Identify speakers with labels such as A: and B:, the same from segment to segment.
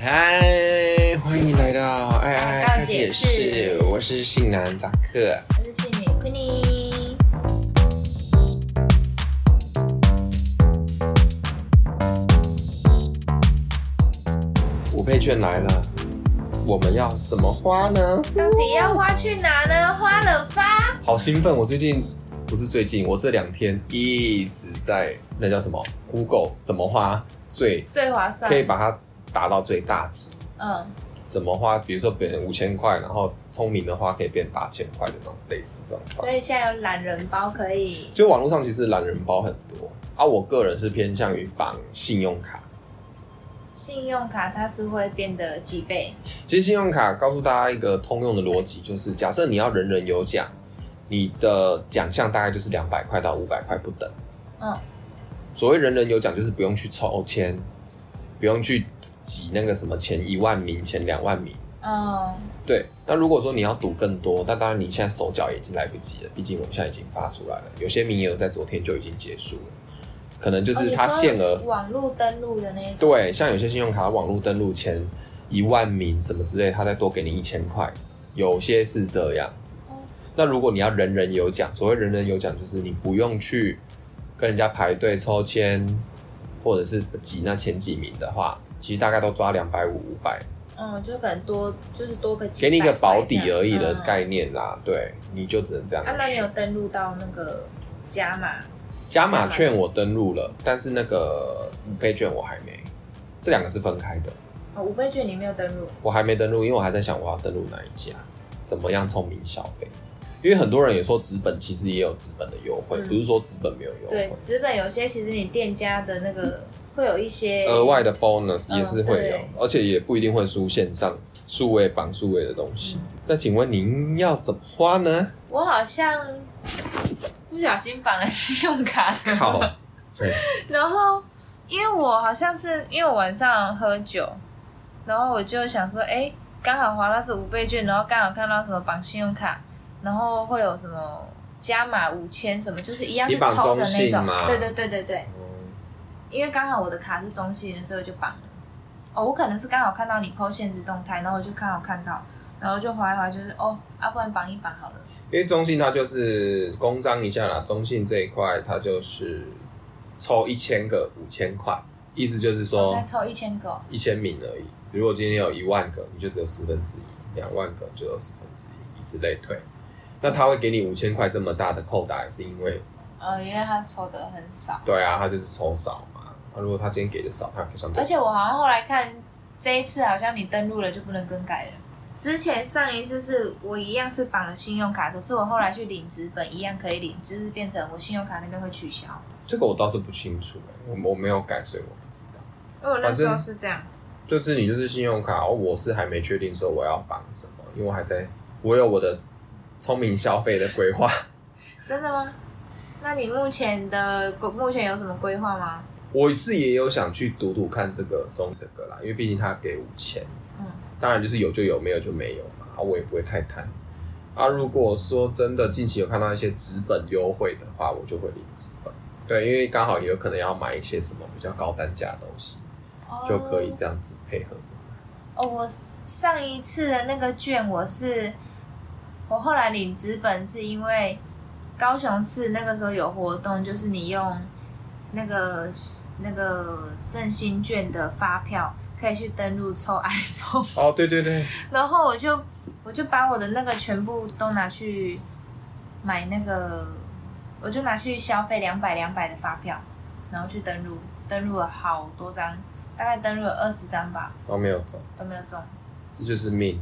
A: 嗨，欢迎来到哎爱爱
B: 大
A: 大
B: 大
A: 解
B: 解
A: 释
B: 释，
A: 我是性男扎克。
B: 我是信女 Queenie。
A: 五倍券来了，我们要怎么花呢？
B: 到底要花去哪呢？花了发，
A: 好兴奋！我最近不是最近，我这两天一直在那叫什么 Google 怎么花最
B: 最划算。
A: 可以把它打到最大值。
B: 嗯，
A: 怎么花？比如说变成五千块，然后聪明的话可以变八千块的那种，类似这种方法
B: 所以现在有懒人包可以
A: 就网络上其实懒人包很多啊，我个人是偏向于绑信用卡。
B: 信用卡，它是会变得几倍？
A: 其实信用卡告诉大家一个通用的逻辑，就是假设你要人人有奖，你的奖项大概就是两百块到五百块不等。
B: 嗯，
A: 所谓人人有奖，就是不用去抽签，不用去挤那个什么前一万名、前两万名。
B: 嗯，
A: 对，那如果说你要赌更多，那当然你现在手脚已经来不及了，毕竟我们现在已经发出来了，有些名额在昨天就已经结束了，可能就是它
B: 哦你说
A: 限额、
B: 网络登录的那种。
A: 对，像有些信用卡网络登录前一万名什么之类，他再多给你一千块，有些是这样子
B: 哦。
A: 那如果你要人人有奖，所谓人人有奖，就是你不用去跟人家排队抽签，或者是挤那前几名的话，其实大概都抓两百五、五百，
B: 嗯，就可能多，就是多个
A: 给
B: 几百块这样。
A: 你一个保底而已的概
B: 念。
A: 念啦。对，你就只能这样
B: 啊，那你
A: 选。
B: 有登录到那个加码？
A: 加码券我登录了，但是那个五倍券我还没，这两个是分开的。
B: 哦，五倍券你没有登录。
A: 我还没登录，因为我还在想我要登录哪一家，怎么样聪明消费。因为很多人也说纸本其实也有纸本的优惠，
B: 嗯
A: 不是说纸本没有优
B: 对
A: 惠，，
B: 纸本有些其实你店家的那个会有一些
A: 额外的 bonus
B: 嗯
A: 也是会有，
B: 对
A: 而且也不一定会输线上数位绑数位的东西。
B: 嗯
A: 那请问您要怎么花 呢？
B: 我好像不小心绑了信用卡，
A: 靠，对，
B: 然后因为我好像是因为我晚上喝酒，然后我就想说，哎，刚好划到这五倍券，然后刚好看到什么绑信用卡，然后会有什么加码五千什么，就是一样是
A: 你绑
B: 抽的
A: 中
B: 那
A: 信
B: 种
A: 吗，
B: 对对对对对，因为刚好我的卡是中信的，所以我就绑了。哦，我可能是刚好看到你 PO 现实动态，然后我就刚好看到，然后就划一划，就是哦，啊，不然绑一绑好了。
A: 因为中信它就是工商一下啦，中信这一块它就是抽一千个五千块，意思就是说
B: 我再抽一千个哦，
A: 一千名而已。如果今天有一万个，你就只有十分之一；两万个就有十分之一，以此类推。那他会给你五千块这么大的扣打，也是因为
B: 呃，因为他抽的很少，
A: 对啊，他就是抽少嘛。那如果他今天给的少，他可相对
B: 而且我好像后来看这一次，好像你登录了就不能更改了。之前上一次是我一样是绑了信用卡，可是我后来去领纸本一样可以领，就是变成我信用卡那边会取消。
A: 这个我倒是不清楚、欸，我我没有改，所以我不知道。
B: 因为我
A: 那时候
B: 是这样，
A: 就是你就是信用卡，哦我是还没确定说我要绑什么，因为我还在，我有我的聪明消费的规划。
B: 真的吗？那你目前的目前有什么规划吗？
A: 我是也有想去赌赌看这个中这个啦，因为毕竟他给五千，
B: 嗯，
A: 当然就是有就有，没有就没有嘛，啊我也不会太贪。啊，如果说真的近期有看到一些纸本优惠的话，我就会领纸本。对，因为刚好也有可能要买一些什么比较高单价的东西，就可以这样子配合着。
B: 哦，我上一次的那个券，我是我后来领资本是因为高雄市那个时候有活动，就是你用那个那个振兴券的发票可以去登录抽 iPhone，
A: 哦，对对对，
B: 然后我就我就把我的那个全部都拿去买那个，我就拿去消费两百两百的发票，然后去登录，登录了好多张，大概登录了二十张吧，
A: 哦没有中，
B: 都没有中。
A: 这就是命。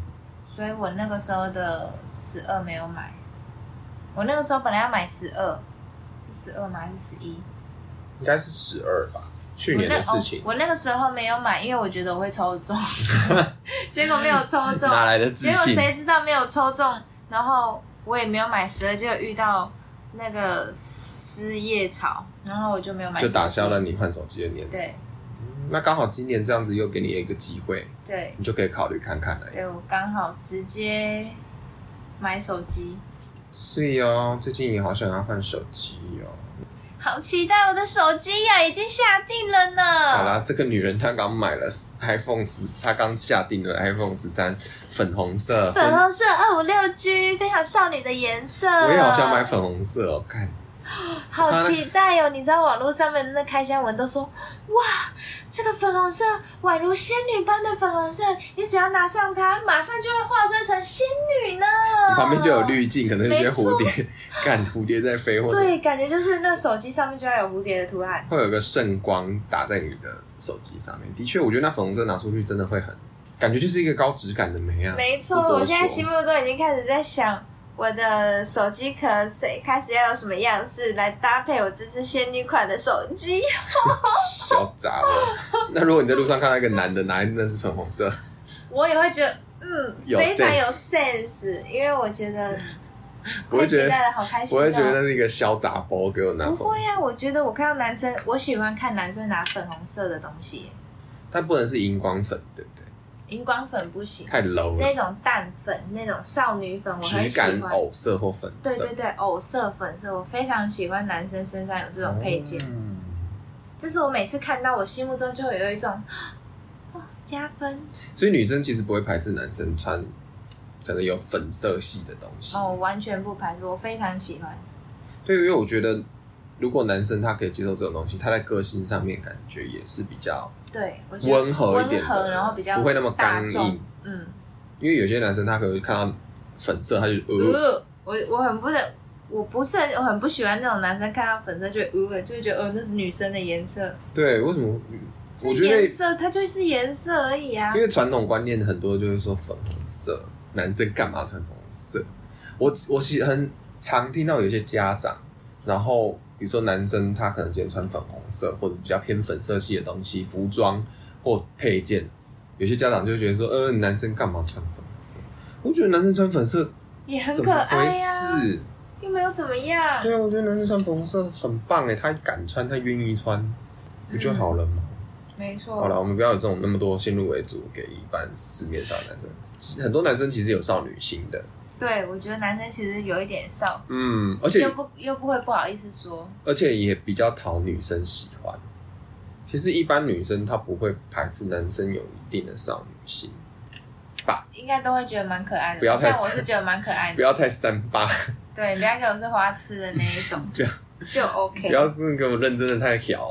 B: 所以我那个时候的十二没有买，我那个时候本来要买十二，是十二吗？还是十一？
A: 应该是十二吧，去
B: 我
A: 年
B: 那
A: 的事
B: 哦
A: 情，
B: 我那个时候没有买，因为我觉得我会抽 中，结果没有抽中，
A: 哪来的
B: 结
A: 自
B: 果
A: 信？
B: 谁知道没有抽中，然后我也没有买十二，结果遇到那个失业潮，然后我就没有买，
A: 就打消了。你换手机的念头。
B: 对
A: 那刚好今年这样子又给你一个机会，
B: 对
A: 你就可以考虑看看了。
B: 对，我刚好直接买手机。
A: 是哦，最近也好想要换手机哦。
B: 好期待我的手机呀、已经下定了
A: 好
B: 呢。
A: 啦，这个女人她刚买了 iPhone 十，她刚下定了 iPhone 十三，粉红色。
B: 粉红色二五六 G，非常少女的颜色。
A: 我
B: 我
A: 也好想买粉红色哦，看
B: 好期待哦！你知道网络上面那开箱文都说，哇，这个粉红色宛如仙女般的粉红色，你只要拿上它，马上就会化身成仙女呢。
A: 你旁边就有滤镜，可能有些蝴蝶， 看蝴蝶在飞，或者
B: 对，感觉就是那手机上面就要有蝴蝶的图案。
A: 会有个圣光打在你的手机上面。的确，我觉得那粉红色拿出去真的会很，感觉就是一个高质感的美啊。
B: 没错
A: 不，多说
B: 我现在心目中已经开始在想，我的手机壳谁开始要有什么样式来搭配我这只仙女款的手机。
A: 小杂了。那如果你在路上看到一个男的拿那是粉红色，
B: 我也会觉得，嗯，
A: 有
B: 非常
A: sense
B: 有 sense，因为我觉得
A: 我
B: 太
A: 会觉
B: 期
A: 得
B: 待了，好开心、
A: 我
B: 哦。
A: 会觉得那是一个小杂包给我拿
B: 不
A: 粉红
B: 会
A: 色，
B: 啊，我觉得我看到男生，我喜欢看男生拿粉红色的东西，
A: 但不能是荧光粉，对不对？
B: 荧光粉不行，
A: 太 low 了
B: 那。种淡粉、那种少女粉，我
A: 质
B: 很喜
A: 感
B: 欢。
A: 藕色或粉色，
B: 对对对，藕色、粉色，我非常喜欢男生身上有这种配件，
A: 嗯
B: 就是我每次看到，我心目中就会有一种，哦，加分
A: 所以女生其实不会排斥男生穿可能有粉色系的东西。
B: 哦，我完全不排斥，我非常喜欢。
A: 对，因为我觉得如果男生他可以接受这种东西，他在个性上面感觉也是比较
B: 对，我觉得
A: 温和一点
B: 温
A: 的，
B: 和，然后比较
A: 不会那么刚
B: 大众
A: 硬。
B: 嗯，
A: 因为有些男生他可能看到粉色他就呃，
B: 呃，我我很不能，我不是很我很不喜欢那种男生看到粉色就会呃，就会觉得呃那是女生的颜色，
A: 对，为什么？我觉
B: 颜
A: 得
B: 色它就是颜色而已啊
A: 因。为传统观念很多就是说粉红色，男生干嘛穿粉红色？我我其实很常听到有些家长，然后比如说男生他可能今天穿粉红色或者比较偏粉色系的东西，服装或配件，有些家长就会觉得说，呃，你男生干嘛穿粉红色？我觉得男生穿粉色
B: 也很
A: 怎
B: 可
A: 么
B: 爱
A: 回
B: 呀、
A: 事？
B: 又没有怎么样。
A: 对啊，我觉得男生穿粉红色很棒哎，他敢穿，他愿意穿，不就好了吗？
B: 没错。
A: 好了，我们不要有这种那么多先入为主给一般市面上的男生。其实很多男生其实有少女心的，
B: 对，我觉得男生其实有一点少，
A: 嗯，而且
B: 又不又不会不好意思说。
A: 而且也比较讨女生喜欢。其实一般女生她不会排斥男生有一定的少女心，
B: 应该都会觉得蛮可爱的，
A: 不要太
B: 像我是觉得蛮可爱
A: 不
B: 的，
A: 要太三八，
B: 对，不要给我是花痴的那一种，
A: 不要
B: 就
A: 不
B: OK。
A: 要是给我认真的太挑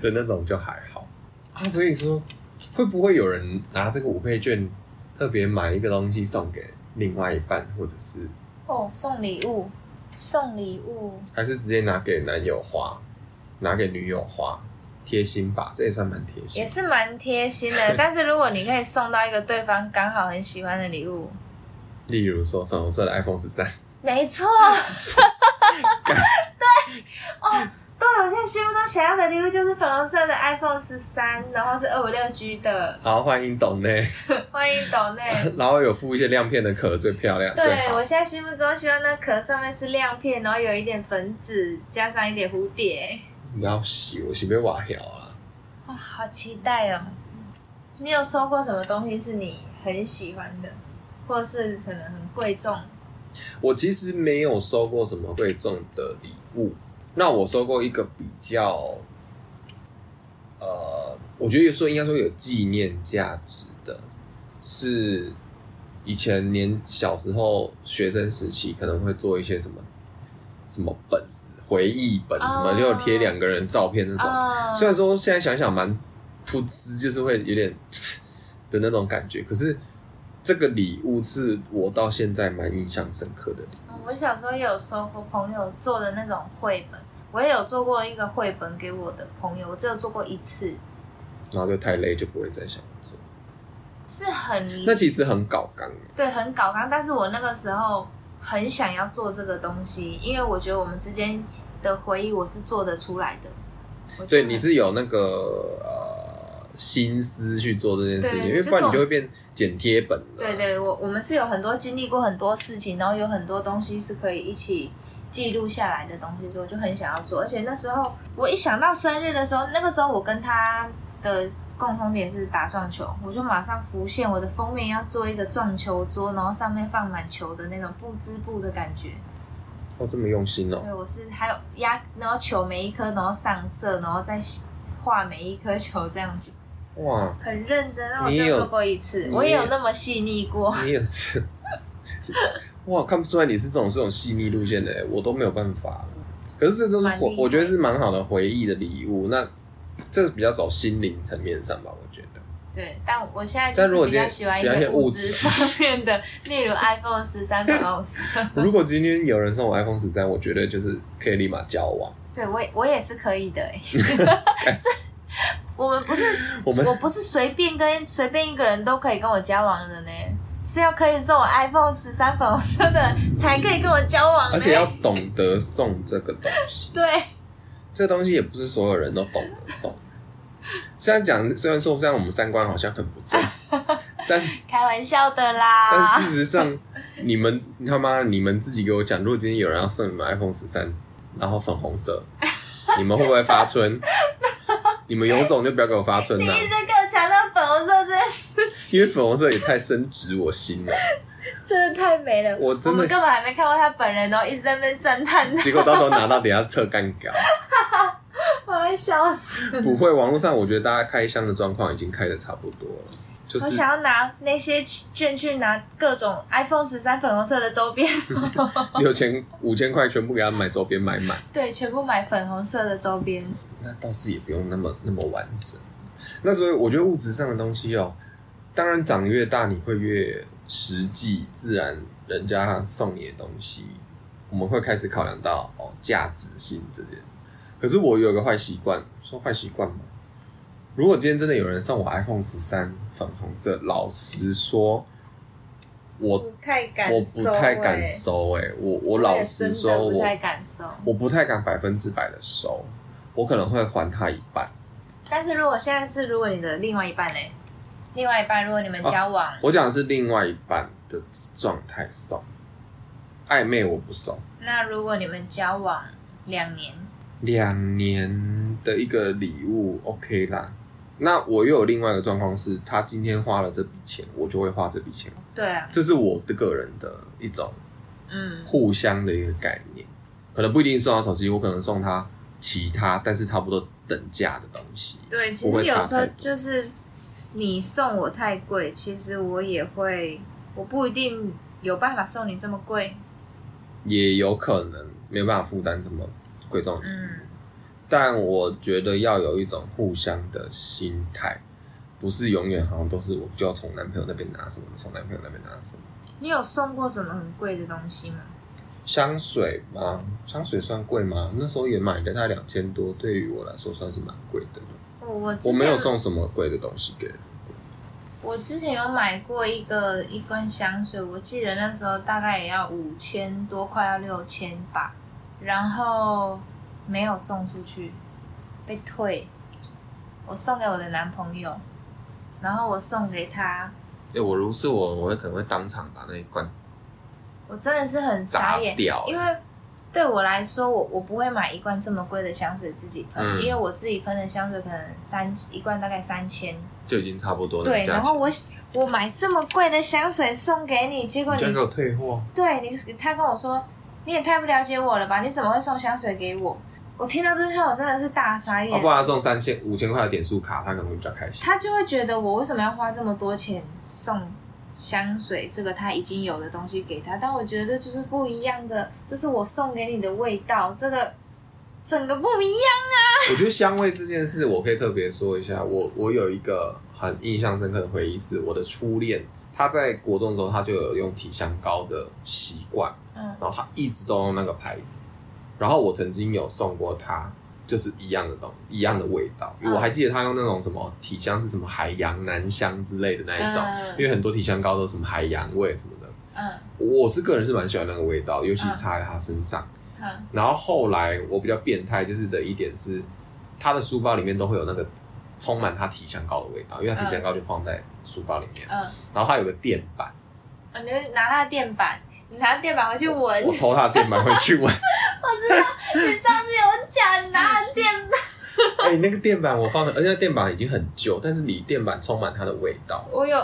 A: 的那种就还好啊。所以说，会不会有人拿这个五配券特别买一个东西送给另外一半，或者是
B: 哦，送礼物，送礼物，
A: 还是直接拿给男友花，拿给女友花，贴心吧，这也算蛮贴心
B: 也。是蛮贴 心的。但是如果你可以送到一个对方刚好很喜欢的礼物，
A: 例如说粉红色的 iPhone 十三，
B: 没错，对，哦，对，我现在心目中想要的礼物就是粉红色的 iPhone 十三，然后是二五六 G 的，
A: 好欢迎懂内，
B: 欢迎抖内。
A: 然后有附一些亮片的壳最漂亮，最
B: 对，
A: 好
B: 我。现在心目中希望那壳上面是亮片，然后有一点粉紫，加上一点蝴蝶。
A: 你不要洗，我洗被瓦掉啊！
B: 哇、好期待哦！你有收过什么东西是你很喜欢的，或是可能很贵重？
A: 我其实没有收过什么贵重的礼物，那我收过一个比较，呃，我觉得说应该说有纪念价值的，是以前年小时候学生时期可能会做一些什么什么本子、回忆本什么，
B: 哦
A: 就贴两个人照片那种。
B: 啊
A: 哦虽然说现在想想蛮突呲，就是会有点的那种感觉，可是这个礼物是我到现在蛮印象深刻的礼物。
B: 嗯我小时候也有收过朋友做的那种绘本，我也有做过一个绘本给我的朋友，我只有做过一次，
A: 然后就太累就不会再想做。
B: 是很
A: 那其实很搞纲，
B: 对很搞纲，但是我那个时候很想要做这个东西，因为我觉得我们之间的回忆我是做得出来的。我觉
A: 对，
B: 得
A: 你是有那个呃心思去做这件事情，
B: 对
A: 因为不然
B: 就是我
A: 你就会变剪贴本了。啊
B: 对对，我我们是有很多经历过很多事情，然后有很多东西是可以一起记录下来的东西，所以我就很想要做。而且那时候我一想到生日的时候，那个时候我跟他的共同点是打撞球，我就马上浮现我的封面要做一个撞球桌，然后上面放满球的那种布织布的感觉。
A: 哦，这么用心哦，
B: 对，我是还有压，然后球每一颗，然后上色，然后再画每一颗球这样子，
A: 哇，
B: 很认真。那我
A: 你
B: 真的
A: 有
B: 做过一次，
A: 你
B: 我也有
A: 也
B: 那么细腻过。
A: 你也是，哇，看不出来你是这种这种细腻路线的，我都没有办法。可是这都是
B: 蛮厉
A: 我
B: 害
A: 我觉得是蛮好的回忆的礼物。那这比较走心灵层面上吧，我觉 得。
B: 对，但我现在
A: 但如
B: 就
A: 果
B: 是比较
A: 今天
B: 喜欢一
A: 比较
B: 些
A: 偏
B: 物
A: 物
B: 质
A: 质
B: 方面的，例如 iPhone 十三 Plus。
A: 如果今天有人送我 iPhone 十三，我觉得就是可以立马交往。
B: 对我也我也是可以 的、欸，这我们不是
A: 我们
B: 我不是随便跟随便一个人都可以跟我交往的呢，是要可以送我 iPhone 十三粉红色的人才可以跟我交往呢，
A: 而且要懂得送这个东西，
B: 对
A: 这个东西也不是所有人都懂得送。虽然讲，虽然说这样我们三观好像很不 正，但
B: 开玩笑的啦。
A: 但事实上，你们他妈你们自己给我讲，如果今天有人要送你们 iPhone 十三，然后粉红色，你们会不会发春？你们有种就不要给我发春
B: 你
A: 呐、
B: 一直给我强调粉红色，真的是
A: 因为粉红色也太深植我心了。
B: 真的太美了。
A: 我真的
B: 们根本还没看过他本人，然后一直在那边赞叹他，
A: 结果到时候拿到，等一下测干掉。
B: 我要笑死。
A: 不会，网络上我觉得大家开箱的状况已经开的差不多了，就
B: 我
A: 是
B: 想要拿那些券去拿各种 iPhone 十三粉红色的周边，
A: 六千五千块全部给他买周边买满，
B: 对，全部买粉红色的周边。
A: 那倒是也不用那么那么完整。那所以我觉得物质上的东西哦，当然长越大你会越实际，自然人家送你的东西，我们会开始考量到哦价值性这件。可是我有一个坏习惯，说坏习惯嘛，如果今天真的有人送我 iPhone 十三粉红色，老实说，我
B: 不太敢
A: 我
B: 收、
A: 不太敢收哎、我我老实说
B: 我也真的
A: 我
B: 不太敢收。
A: 我不太敢百分之百的收，我可能会还他一半。
B: 但是如果现在是，如果你的另外一半呢？另外一半，如果你们交往，
A: 我讲的是另外一半的状态送，暧昧我不收。
B: 那如果你们交往两年，
A: 两年的一个礼物 OK 啦。那我又有另外一个状况是，他今天花了这笔钱，我就会花这笔钱，
B: 对啊，
A: 这是我的个人的一种
B: 嗯，
A: 互相的一个概念。可能不一定送他手机，我可能送他其他，但是差不多等价的东西。
B: 对，其
A: 不
B: 实
A: 会差
B: 有时候
A: 太多
B: 就是你送我太贵，其实我也会，我不一定有办法送你这么贵，
A: 也有可能没有办法负担这么贵重，
B: 嗯，
A: 但我觉得要有一种互相的心态，不是永远好像都是我就要从男朋友那边拿什么，从男朋友那边拿什么。
B: 你有送过什么很贵的东西吗？
A: 香水吗？香水算贵吗？那时候也买了它两千多，对于我来说算是蛮贵的。
B: 我哦我之
A: 我没
B: 前
A: 有送什么贵的东西给人，
B: 我之前有买过一个一罐香水，我记得那时候大概也要五千多，快要六千吧，然后没有送出去，被退。我送给我的男朋友，然后我送给他，
A: 哎、我如是我，我会可能会当场把那一罐
B: 我真的是很傻眼，
A: 掉欸
B: 因为对我来说，我我不会买一罐这么贵的香水自己喷，
A: 嗯
B: 因为我自己喷的香水可能三一罐大概三千，
A: 就已经差不多
B: 对，然后我我买这么贵的香水送给你，结果你
A: 给我退货，
B: 对你，他跟我说你也太不了解我了吧？你怎么会送香水给我？我听到这句话，我真的是大傻眼。
A: 要啊不然他送三千五千块的点数卡，他可能会比较开心。
B: 他就会觉得我为什么要花这么多钱送香水这个他已经有的东西给他？但我觉得这就是不一样的，这是我送给你的味道，这个整个不一样。
A: 我觉得香味这件事，我可以特别说一下。我我有一个很印象深刻的回忆是，我的初恋，他在国中的时候，他就有用体香膏的习惯，
B: 嗯，
A: 然后他一直都用那个牌子。然后我曾经有送过他，就是一样的东一样的味道。
B: 嗯
A: 我还记得他用那种什么体香是什么海洋南香之类的那一种，
B: 嗯
A: 因为很多体香膏都是什么海洋味什么的。
B: 嗯
A: 我是个人是蛮喜欢那个味道，尤其是擦在他身上。
B: 嗯，
A: 然后后来我比较变态，就是的一点是，他的书包里面都会有那个充满他体香膏的味道，因为他体香膏就放在书包里面，
B: 嗯，
A: 然后他有个垫板，
B: 啊你就拿他的垫板，你拿垫板回去闻。
A: 我偷他的垫板回去闻，
B: 你上次有讲拿他的垫板，
A: 哎、那个垫板我放的，而且那垫板已经很旧，但是你垫板充满它的味道，
B: 我有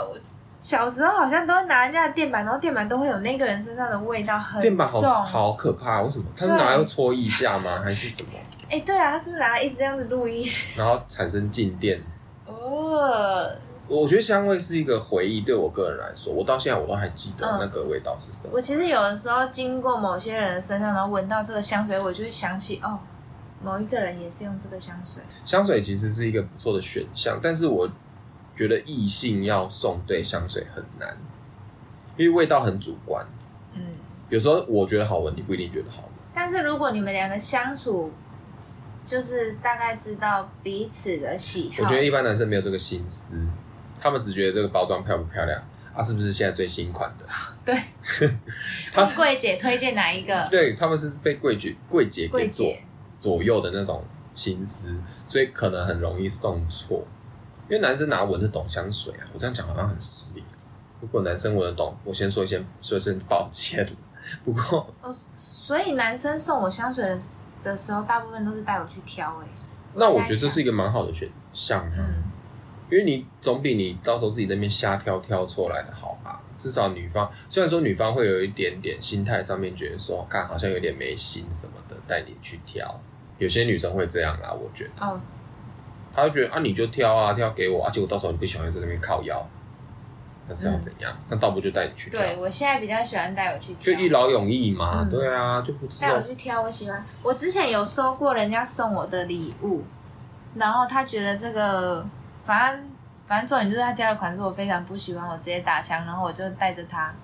B: 小时候好像都会拿人家的垫板，然后垫板都会有那个人身上的味道很重。
A: 电板好好可怕，为什么？他是拿来搓一下吗？还是什么？
B: 哎、对啊，他是不是拿来一直这样子录音？
A: 然后产生静电。
B: 哦，
A: 我觉得香味是一个回忆，对我个人来说，我到现在我都还记得
B: 嗯
A: 那个味道是什么。
B: 我其实有的时候经过某些人的身上，然后闻到这个香水，我就会想起哦，某一个人也是用这个香水。
A: 香水其实是一个不错的选项，但是我觉得异性要送对香水很难，因为味道很主观。
B: 嗯，
A: 有时候我觉得好闻，你不一定觉得好闻。
B: 但是如果你们两个相处，就是大概知道彼此的喜好，
A: 我觉得一般男生没有这个心思，他们只觉得这个包装漂不漂亮啊，是不是现在最新款的？
B: 对。
A: 他
B: 问柜姐推荐哪一个？
A: 对他们是被柜姐柜姐给
B: 柜
A: 左
B: 姐
A: 左右的那种心思，所以可能很容易送错。因为男生哪闻得懂香水啊？我这样讲好像很失礼。如果男生闻得懂，我先说一些说一声抱歉。不过
B: 哦，所以男生送我香水的的时候，大部分都是带我去挑、欸，
A: 那我觉得这是一个蛮好的选项啊，
B: 嗯，
A: 因为你总比你到时候自己在那边瞎挑挑错来的好吧？至少女方虽然说女方会有一点点心态上面觉得说，看好像有点没心什么的，带你去挑。有些女生会这样啦，我觉得
B: 哦，
A: 她会觉得啊，你就挑啊，挑给我啊，结果到时候你不喜欢就在那边靠腰，那是要怎样？那倒不就带你去挑，
B: 嗯对我现在比较喜欢带我去
A: 就
B: 挑，
A: 一劳永逸嘛，
B: 嗯
A: 对啊，就不知
B: 带
A: 道
B: 我去挑我喜欢。我之前有收过人家送我的礼物，然后他觉得这个，反正反正重点就是他挑的款式我非常不喜欢，我直接打枪，然后我就带着他，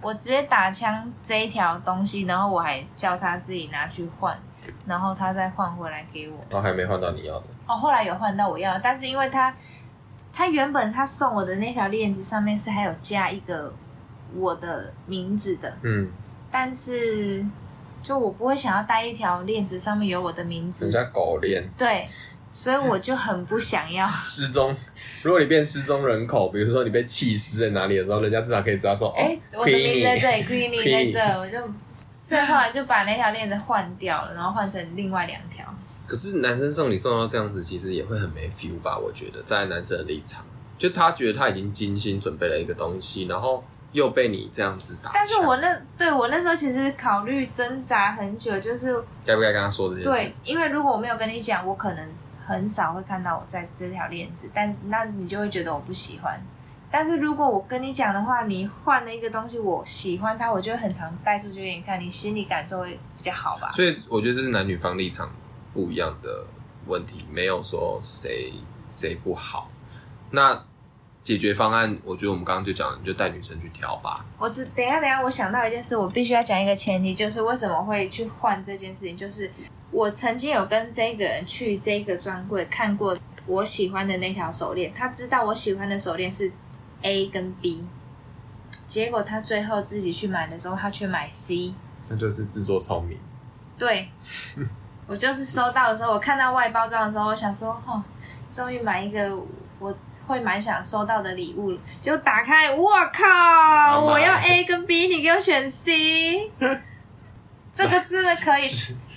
B: 我直接打枪这一条东西，然后我还叫他自己拿去换，然后他再换回来给我。
A: 然后还没换到你要的，
B: 哦，后来有换到我要的，但是因为他他原本他送我的那条链子上面是还有加一个我的名字的，
A: 嗯，
B: 但是就我不会想要戴一条链子上面有我的名
A: 人
B: 字，
A: 家狗链。
B: 对，所以我就很不想 要。
A: 失踪，如果你变失踪人口，比如说你被弃尸在哪里的时候，人家至少可以知道说，哦，
B: 哎、我的名字在这里
A: Queenie
B: ，Queenie 在这，我就所以后来就把那条链子换掉了，然后换成另外两条。
A: 可是男生送礼送到这样子，其实也会很没 feel 吧？我觉得，在男生的立场，就他觉得他已经精心准备了一个东西，然后又被你这样子打枪，
B: 但是我那对我那时候其实考虑挣扎很久，就是
A: 该不该跟他说这件事？
B: 对，因为如果我没有跟你讲，我可能很少会看到我在这条链子，但是那你就会觉得我不喜欢。但是如果我跟你讲的话，你换了一个东西，我喜欢它，我就会很常带出去给你看，你心里感受会比较好吧？
A: 所以我觉得这是男女方立场不一样的问题，没有说谁谁不好。那解决方案，我觉得我们刚刚就讲了，你就带女生去挑吧。
B: 我只等一下等一下，我想到一件事，我必须要讲一个前提，就是为什么会去换这件事情，就是我曾经有跟这个人去这个专柜看过我喜欢的那条手链，他知道我喜欢的手链是 A 跟 B，结果他最后自己去买的时候，他却买 C，
A: 那就是自作聪明。
B: 对我就是收到的时候，我看到外包装的时候，我想说，哦，终于买一个。我会蛮想收到的礼物了，就打开，我靠！
A: 妈
B: 我要 A 跟 B，你给我选 C，这个真的可以，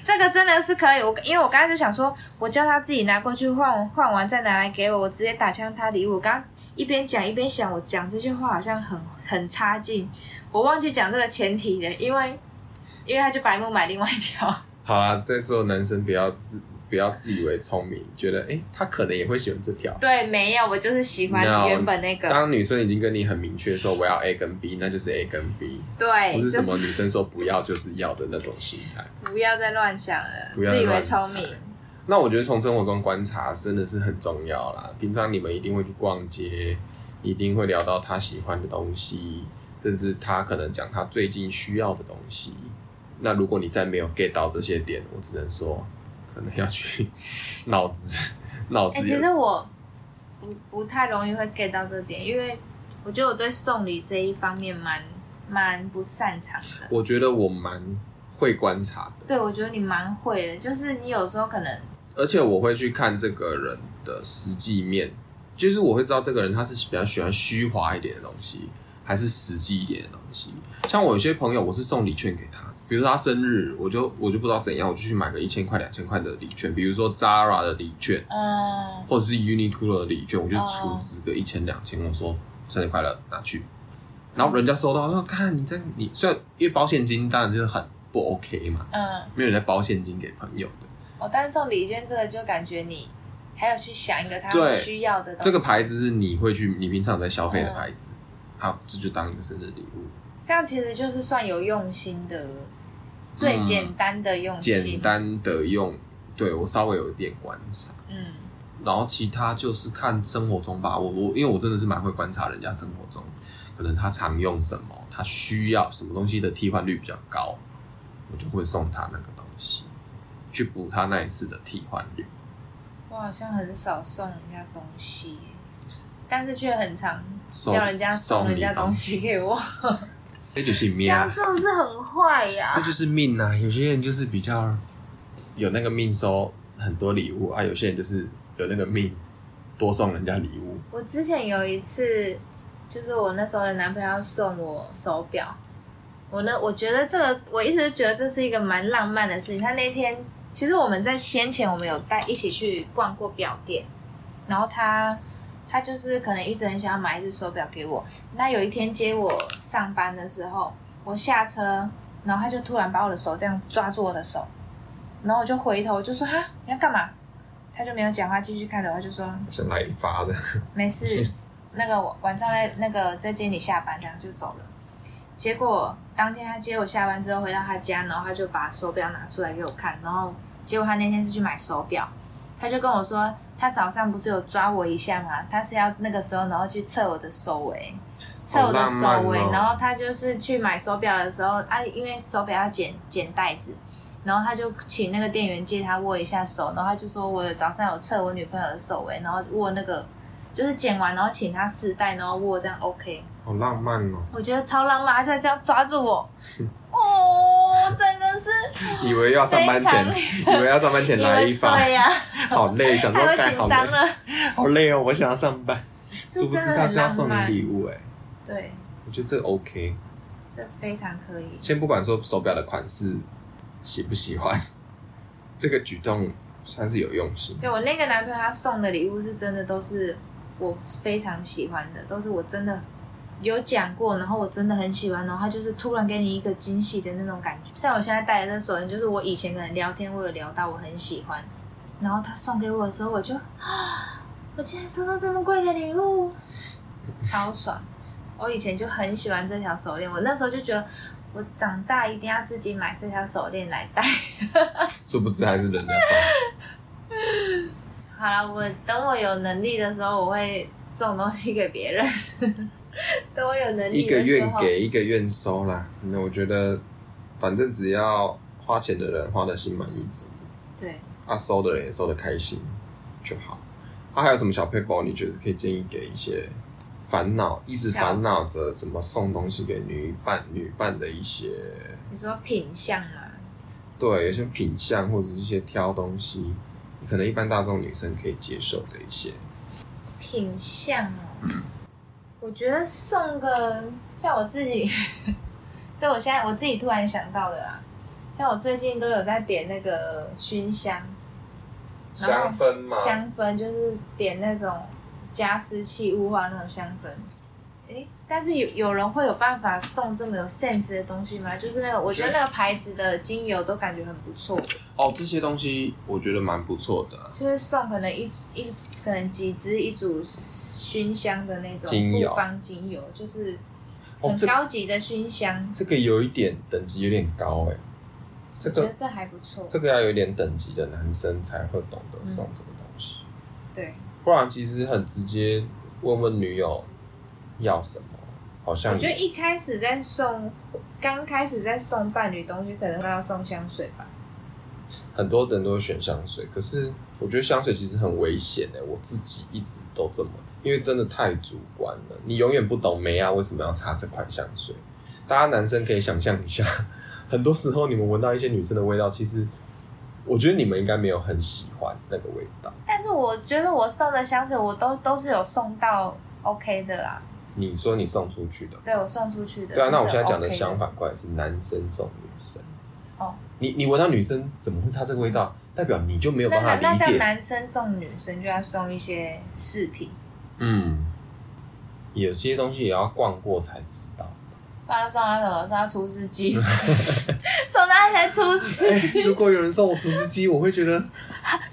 B: 这个真的是可以。我因为我刚才就想说，我叫他自己拿过去换，换完再拿来给我，我直接打枪他礼物。我刚刚一边讲一边想，我讲这些话好像很很差劲，我忘记讲这个前提了，因为因为他就白目买另外一条。
A: 好啦，在座的男生不要自不要自以为聪明，觉得诶他可能也会喜欢这条。
B: 对，没有，我就是喜欢
A: No，
B: 原本那个。
A: 当女生已经跟你很明确说我要 A 跟 B，那就是 A 跟 B，
B: 对，
A: 不是
B: 哎就
A: 什么女生说不要就是要的那种心态。
B: 不要再乱想了，
A: 不要
B: 自
A: 再
B: 以为
A: 乱想
B: 聪明。
A: 那我觉得从生活中观察真的是很重要啦。平常你们一定会去逛街，一定会聊到他喜欢的东西，甚至他可能讲他最近需要的东西。那如果你再没有 get 到这些点，我只能说可能要去 脑子脑
B: 哎、
A: 子
B: 其
A: 有
B: 实我不不太容易会 get 到这点，因为我觉得我对送礼这一方面蛮蛮不擅长的。
A: 我觉得我蛮会观察的，
B: 对，我觉得你蛮会的，就是你有时候可能
A: 而且我会去看这个人的实际面，就是我会知道这个人他是比较喜欢虚华一点的东西，还是实际一点的东西。像我有些朋友，我是送礼券给他，比如说他生日，我就我就不知道怎样，我就去买个一千块、两千块的礼券，比如说 Zara 的礼券，
B: 嗯
A: 或者是 Uniqlo 的礼券，我就出资个一千、两千，我说生日快乐，拿去。然后人家收到说，看你在你虽然因为包现金当然就是很不 OK 嘛，
B: 嗯，
A: 没有人在包现金给朋友的。
B: 我但是送礼券这个就感觉你还有去想一个他
A: 对
B: 需要的东西。
A: 这个牌子是你会去你平常有在消费的牌子，啊，这就当一个生日礼物，
B: 这样其实就是算有用心的，最简单的用心。
A: 嗯简，单的用。对我稍微有一点观察，
B: 嗯
A: 然后其他就是看生活中吧。我我因为我真的是蛮会观察人家生活中，可能他常用什么，他需要什么东西的替换率比较高，我就会送他那个东西，去补他那一次的替换率。
B: 我好像很少送人家东西，但是却很常
A: 送
B: 叫人家送人家
A: 送你
B: 东西 给我，
A: 这就是
B: 这
A: 命啊
B: 样，是不是很坏呀、
A: 这就是命啊！有些人就是比较有那个命收很多礼物啊，有些人就是有那个命多送人家礼物。
B: 我之前有一次，就是我那时候的男朋友送我手表，我呢，我觉得这个我一直觉得这是一个蛮浪漫的事情。他那天其实我们在先前我们有带一起去逛过表店，然后他他就是可能一直很想要买一只手表给我。那有一天接我上班的时候，我下车，然后他就突然把我的手这样抓住我的手，然后我就回头就说哈你要干嘛？他就没有讲话，继续看着我，他就说
A: 像来一发的，
B: 没事，那个我晚上在那个再接你下班，这样就走了。结果当天他接我下班之后回到他家，然后他就把手表拿出来给我看，然后结果他那天是去买手表，他就跟我说他早上不是有抓我一下吗？他是要那个时候然后去测我的手围，测我的手
A: 好浪漫
B: 围，
A: 哦
B: 然后他就是去买手表的时候啊，因为手表要剪剪带子，然后他就请那个店员借他握一下手，然后他就说我有早上有测我女朋友的手围，然后握那个就是剪完然后请他试戴，然后握这样 OK，
A: 好浪漫哦！
B: 我觉得超浪漫，他就这样抓住我，哦，整 个是
A: 以为要上班前， 以为要上班前来一发，
B: 对呀、
A: 好累，想说
B: 太
A: 干
B: 会
A: 好
B: 紧张
A: 累，
B: 了，
A: 好累哦，我想要上 班。
B: 这
A: 殊不知
B: 真的
A: 他
B: 很
A: 是要送
B: 浪漫
A: 你礼物哎、
B: 对，
A: 我觉得这 OK。
B: 这非常可以，
A: 先不管说手表的款式喜不喜欢，这个举动算是有用心。
B: 就我那个男朋友，他送的礼物是真的都是我非常喜欢的，都是我真的有讲过，然后我真的很喜欢，然后他就是突然给你一个惊喜的那种感觉。像我现在戴的这手链，就是我以前可能聊天我有聊到我很喜欢，然后他送给我的时候，我就啊，我竟然收到这么贵的礼物，超爽！我以前就很喜欢这条手链，我那时候就觉得我长大一定要自己买这条手链来戴。
A: 殊不知还是人家送，
B: 好了，我等我有能力的时候，我会送东西给别人。 等我有能力
A: 一个
B: 的时
A: 愿
B: 候，
A: 给一个愿收啦。那我觉得，反正只要花钱的人花的心满意足，
B: 对，
A: 啊，收的人也收的开心就好。啊，还有什么小 paper 你觉得可以建议给一些烦恼、一直
B: 小
A: 烦恼着怎么送东西给女伴、女伴的一些
B: 你说品相啊嘛，
A: 对，有些品相或者是一些挑东西，可能一般大众女生可以接受的一些。
B: 品相哦，我觉得送个像我自己， 这我现在我自己突然想到的啦。像我最近都有在点那个熏香，然后
A: 氛嘛
B: 香氛就是点那种加湿器雾化那种香氛。诶、但是有有人会有办法送这么有 sense 的东西吗？就是那个，我觉得那个牌子的精油都感觉很不错，
A: 哦，这些东西我觉得蛮不错的啊、
B: 就是送可能一一可能几支一组熏香的那种
A: 精油
B: 复方精油，就是
A: 哦
B: 很
A: 这
B: 高级的熏香，
A: 这个有一点等级有点高哎、这
B: 我觉得
A: 个
B: 这还不错。
A: 这个要有点等级的男生才会懂得送这个东西，
B: 对，
A: 不然其实很直接问问女友要什么，好像
B: 我觉得一开始在送，刚开始在送伴侣东西，可能会要送香水吧。
A: 很多人都会选香水，可是我觉得香水其实很危险的、我自己一直都这么，因为真的太主观了，你永远不懂梅啊为什么要擦这款香水。大家男生可以想象一下， 很多时候你们闻到一些女生的味道，其实我觉得你们应该没有很喜欢那个味道。
B: 但是我觉得我送的香水，我都都是有送到 OK 的啦，
A: 你说你送出去的，
B: 对我送出去的。
A: 对啊，那
B: 都
A: 我
B: 是
A: 现在讲的
B: OK
A: 相，反过来是男生送女生。
B: 哦，
A: 你你闻到女生怎么会擦这个味道，代表你就没有
B: 那
A: 办法
B: 那那
A: 理
B: 像
A: 解。
B: 男生送女生就要送一些饰品，
A: 嗯，有些东西也要逛过才知道。
B: 不然送他什么？送他厨师机， 送他一台厨师，
A: 哎、 如果有人送我厨师机，我会觉得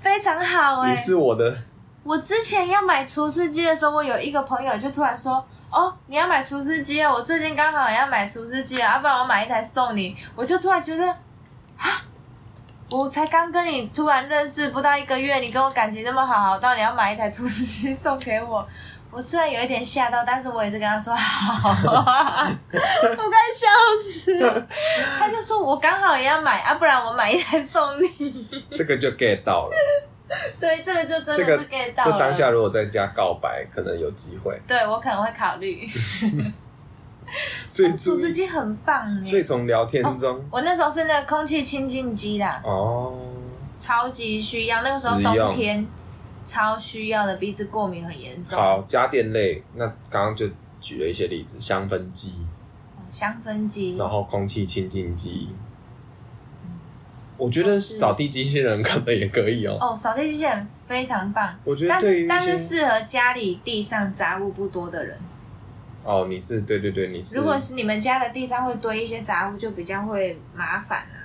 B: 非常好哎、
A: 你是我的
B: 我之前要买厨师机的时候，我有一个朋友就突然说：“哦，你要买厨师机哦，我最近刚好也要买厨师机啊，要不然我买一台送你。”我就突然觉得，啊，我才刚跟你突然认识不到一个月，你跟我感情那么好，好到你要买一台厨师机送给我。我虽然有一点吓到，但是我也是跟他说好、我快笑死了。他就说：“我刚好也要买啊，不然我买一台送你。
A: 这个就 get 到了。”
B: 对，这个就真
A: 这个
B: 的是 get 到
A: 这
B: 了。
A: 当下如果在家告白，可能有机会。
B: 对我可能会考虑。
A: 所以注
B: 哦
A: 意
B: 除湿哦机很棒
A: 所以
B: 耶！
A: 从聊天中
B: 我那时候是那个空气清净机啦，
A: 哦，
B: 超级需要。那个时候
A: 实用
B: 冬天超需要的，鼻子过敏很严重。
A: 好，家电类，那刚刚就举了一些例子，香氛机，
B: 香氛机
A: 然后空气清净机。
B: 嗯
A: 我觉得扫地机器人可能也可以哦。
B: 哦，扫地机器人非常棒，
A: 我觉得
B: 但
A: 对于
B: 是
A: 一
B: 但是
A: 些
B: 适合家里地上杂物不多的人。
A: 哦，你是对对对，你是
B: 如果是你们家的地上会堆一些杂物，就比较会麻烦啊。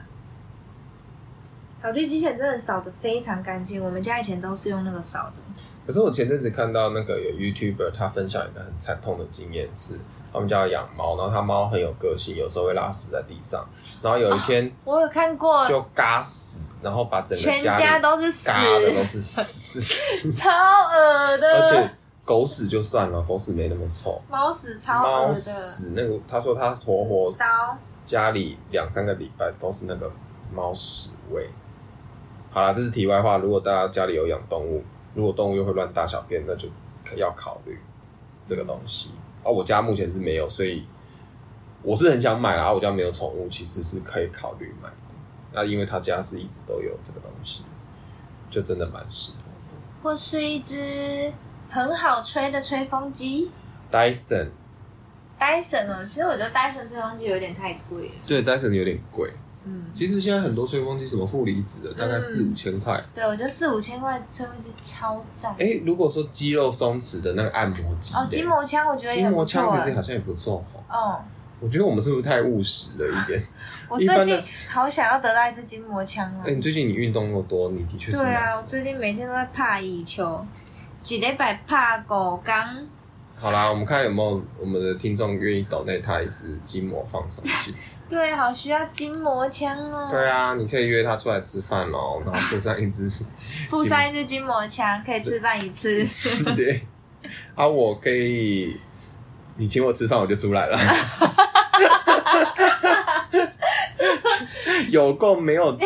B: 扫地机器人真的扫的非常干净，我们家以前都是用那个扫的。
A: 可是我前阵子看到那个有 YouTuber 他分享一个很惨痛的经验是，他们家有养猫，然后他猫很有个性，有时候会拉屎在地上，然后有一天
B: 我有看过，
A: 就嘎屎，然后把整
B: 哦全
A: 个
B: 家
A: 里
B: 都是屎，
A: 嘎的都是 屎，
B: 超恶的，
A: 而且狗屎就算了，狗屎没那么臭，
B: 猫屎超恶
A: 猫
B: 的，
A: 屎那个他说他活活
B: 骚
A: 家里两三个礼拜都是那个猫屎味。好啦，这是题外话。如果大家家里有养动物，如果动物又会乱大小便，那就要考虑这个东西。啊，我家目前是没有，所以我是很想买啦。啊我家没有宠物，其实是可以考虑买的。那因为他家是一直都有这个东西，就真的蛮适合。
B: 或是一只很好吹的吹风机。
A: Dyson，
B: Dyson 哦，其实我觉得 Dyson 吹风机有点太贵了。
A: 对 Dyson 有点贵。
B: 嗯，
A: 其实现在很多吹风机，什么负离子的，大概
B: 嗯
A: 四五千块。
B: 对，我觉得四五千块吹风机超赞。
A: 哎、如果说肌肉松弛的那个按摩机嘞，
B: 哦，筋膜枪我觉得也
A: 筋
B: 很
A: 膜
B: 不错
A: 枪其实
B: 哎。
A: 好像也不错哦。
B: 哦，
A: 我觉得我们是不是太务实了一点？
B: 我
A: 一般
B: 最
A: 的
B: 近好想要得到一支筋膜枪啊
A: 哎、！你最近你运动那么多，你的确是
B: 对啊
A: 蛮，
B: 我最近每天都在拍羽球，一礼拜拍五天。
A: 好啦，我们看有没有我们的听众愿意抖内他一支筋膜放松 器。
B: 对，啊好需要筋膜枪哦。
A: 对啊，你可以约他出来吃饭喽，然后附上一支。
B: 附上一支筋膜枪，可以吃饭一次。
A: 对，啊，我可以，你请我吃饭我就出来 了。 有够没有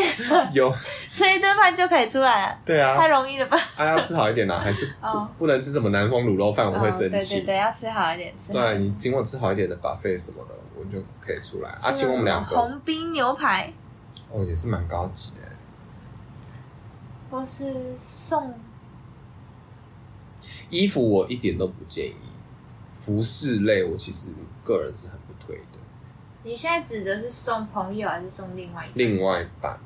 A: 有
B: 吃一顿饭就可以出来了，
A: 对啊，
B: 太容易了吧？
A: 啊，要吃好一点 啦，还是不、
B: 哦
A: 不能吃什么南方卤肉饭，我会生
B: 对
A: 气。
B: 对对，要吃好一点，吃好一
A: 对
B: 点。
A: 你请我吃好一点的 buffet 什么的，我就可以出来。
B: 吃
A: 啊，
B: 那
A: 请我们两个
B: 种红冰牛排，
A: 哦，也是蛮高级的。
B: 或是送
A: 衣服我一点都不建议，服饰类我其实个人是很不推的。
B: 你现在指的是送朋友还是送另外一个
A: 另外一半，
B: 哦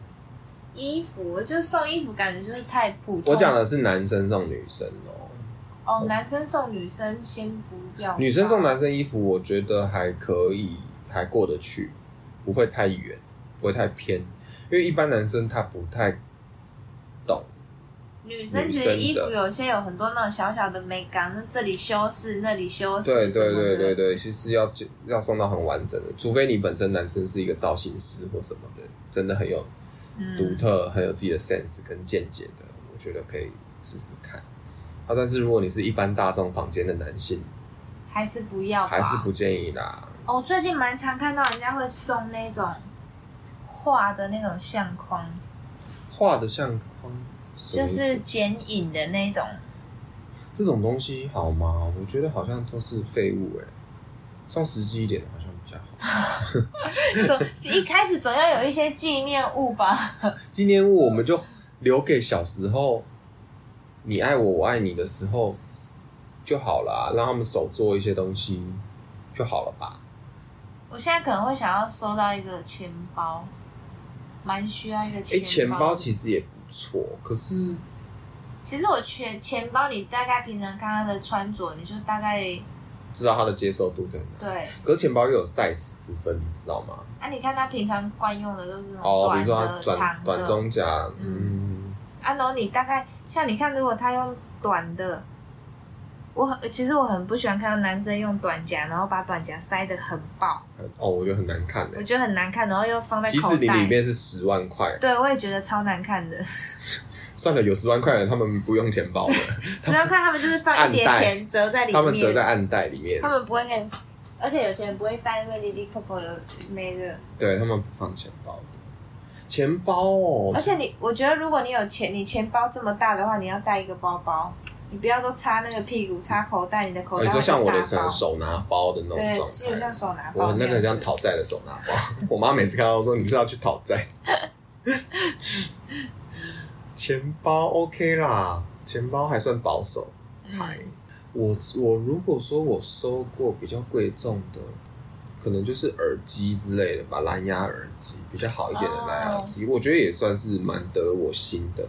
B: 衣服？我就送衣服，感觉就是太普通。
A: 我讲的是男生送女生哦，
B: 哦，男生送女生先不要吧，
A: 女生送男生衣服，我觉得还可以，还过得去，不会太远，不会太偏，因为一般男生他不太懂
B: 女生其实衣
A: 女
B: 服
A: 生的
B: 有些有很多那种小小的美感，那这里修饰，那里修饰，
A: 对对对对。对，其实要要送到很完整的，除非你本身男生是一个造型师或什么的，真的很有独
B: 嗯，
A: 特、很有自己的 sense 跟见解的，我觉得可以试试看。啊，但是如果你是一般大众房间的男性，
B: 还是不要吧，
A: 还是不建议啦。
B: 我哦最近蛮常看到人家会送那种画的那种相框，
A: 画的相框，什么
B: 就
A: 意思
B: 是剪影的 那种。
A: 这种东西好吗？我觉得好像都是废物哎、送实际一点的好像比较好。
B: 总一开始总要有一些纪念物吧。
A: 纪念物我们就留给小时候，你爱我，我爱你的时候就好啦，让他们手做一些东西就好了吧。
B: 我现在可能会想要收到一个钱包，蛮需要一个
A: 哎、
B: 钱包。嗯
A: 钱包其实也不错，可是
B: 其实我钱钱包，你大概平常看他的穿着，你就大概
A: 知道它的接受度在哪。
B: 对，
A: 可是钱包又有 size 之分，你知道吗？
B: 啊，你看他平常惯用的都是那
A: 哦，比
B: 种
A: 如说它
B: 短的、
A: 短
B: 长
A: 短
B: 的。
A: 中夹，嗯，
B: 啊，然后你大概像你看，如果他用短的，我很其实我很不喜欢看到男生用短夹，然后把短夹塞得很爆，
A: 很哦，我觉得很难看
B: 我
A: 诶。
B: 觉得很难看，然后又放在
A: 即
B: 嗯口
A: 使你里
B: 袋。
A: 面是十万块，
B: 对，我也觉得超难看的。
A: 算了，有十万块的人他们不用钱包的，
B: 只要看他们就是放一叠
A: 暗袋
B: 钱折在里面，
A: 他们折在暗袋里面
B: 他，们不会给你，而且有些人不会带那个 Lily Coco 有没的。
A: 对他们不放钱包的。钱包哦
B: 而，且你，我觉得如果你有钱，你钱包这么大的话，你要带一个包包，你不要都插那个屁股插口袋，你的口
A: 哦
B: 袋、
A: 你
B: 会
A: 说像我的手
B: 大包
A: 手拿包的那种
B: 对，只有
A: 状态
B: 像，手拿包
A: 我那个
B: 样
A: 像
B: 子
A: 讨债的手拿包， 我妈每次看到说你是要去讨债。 钱包 OK 啦，钱包还算保守。牌
B: 嗯。
A: 我我如果说我收过比较贵重的，可能就是耳机之类的吧，蓝牙耳机比较好一点的蓝牙耳
B: 哦
A: 机，我觉得也算是蛮得我心的。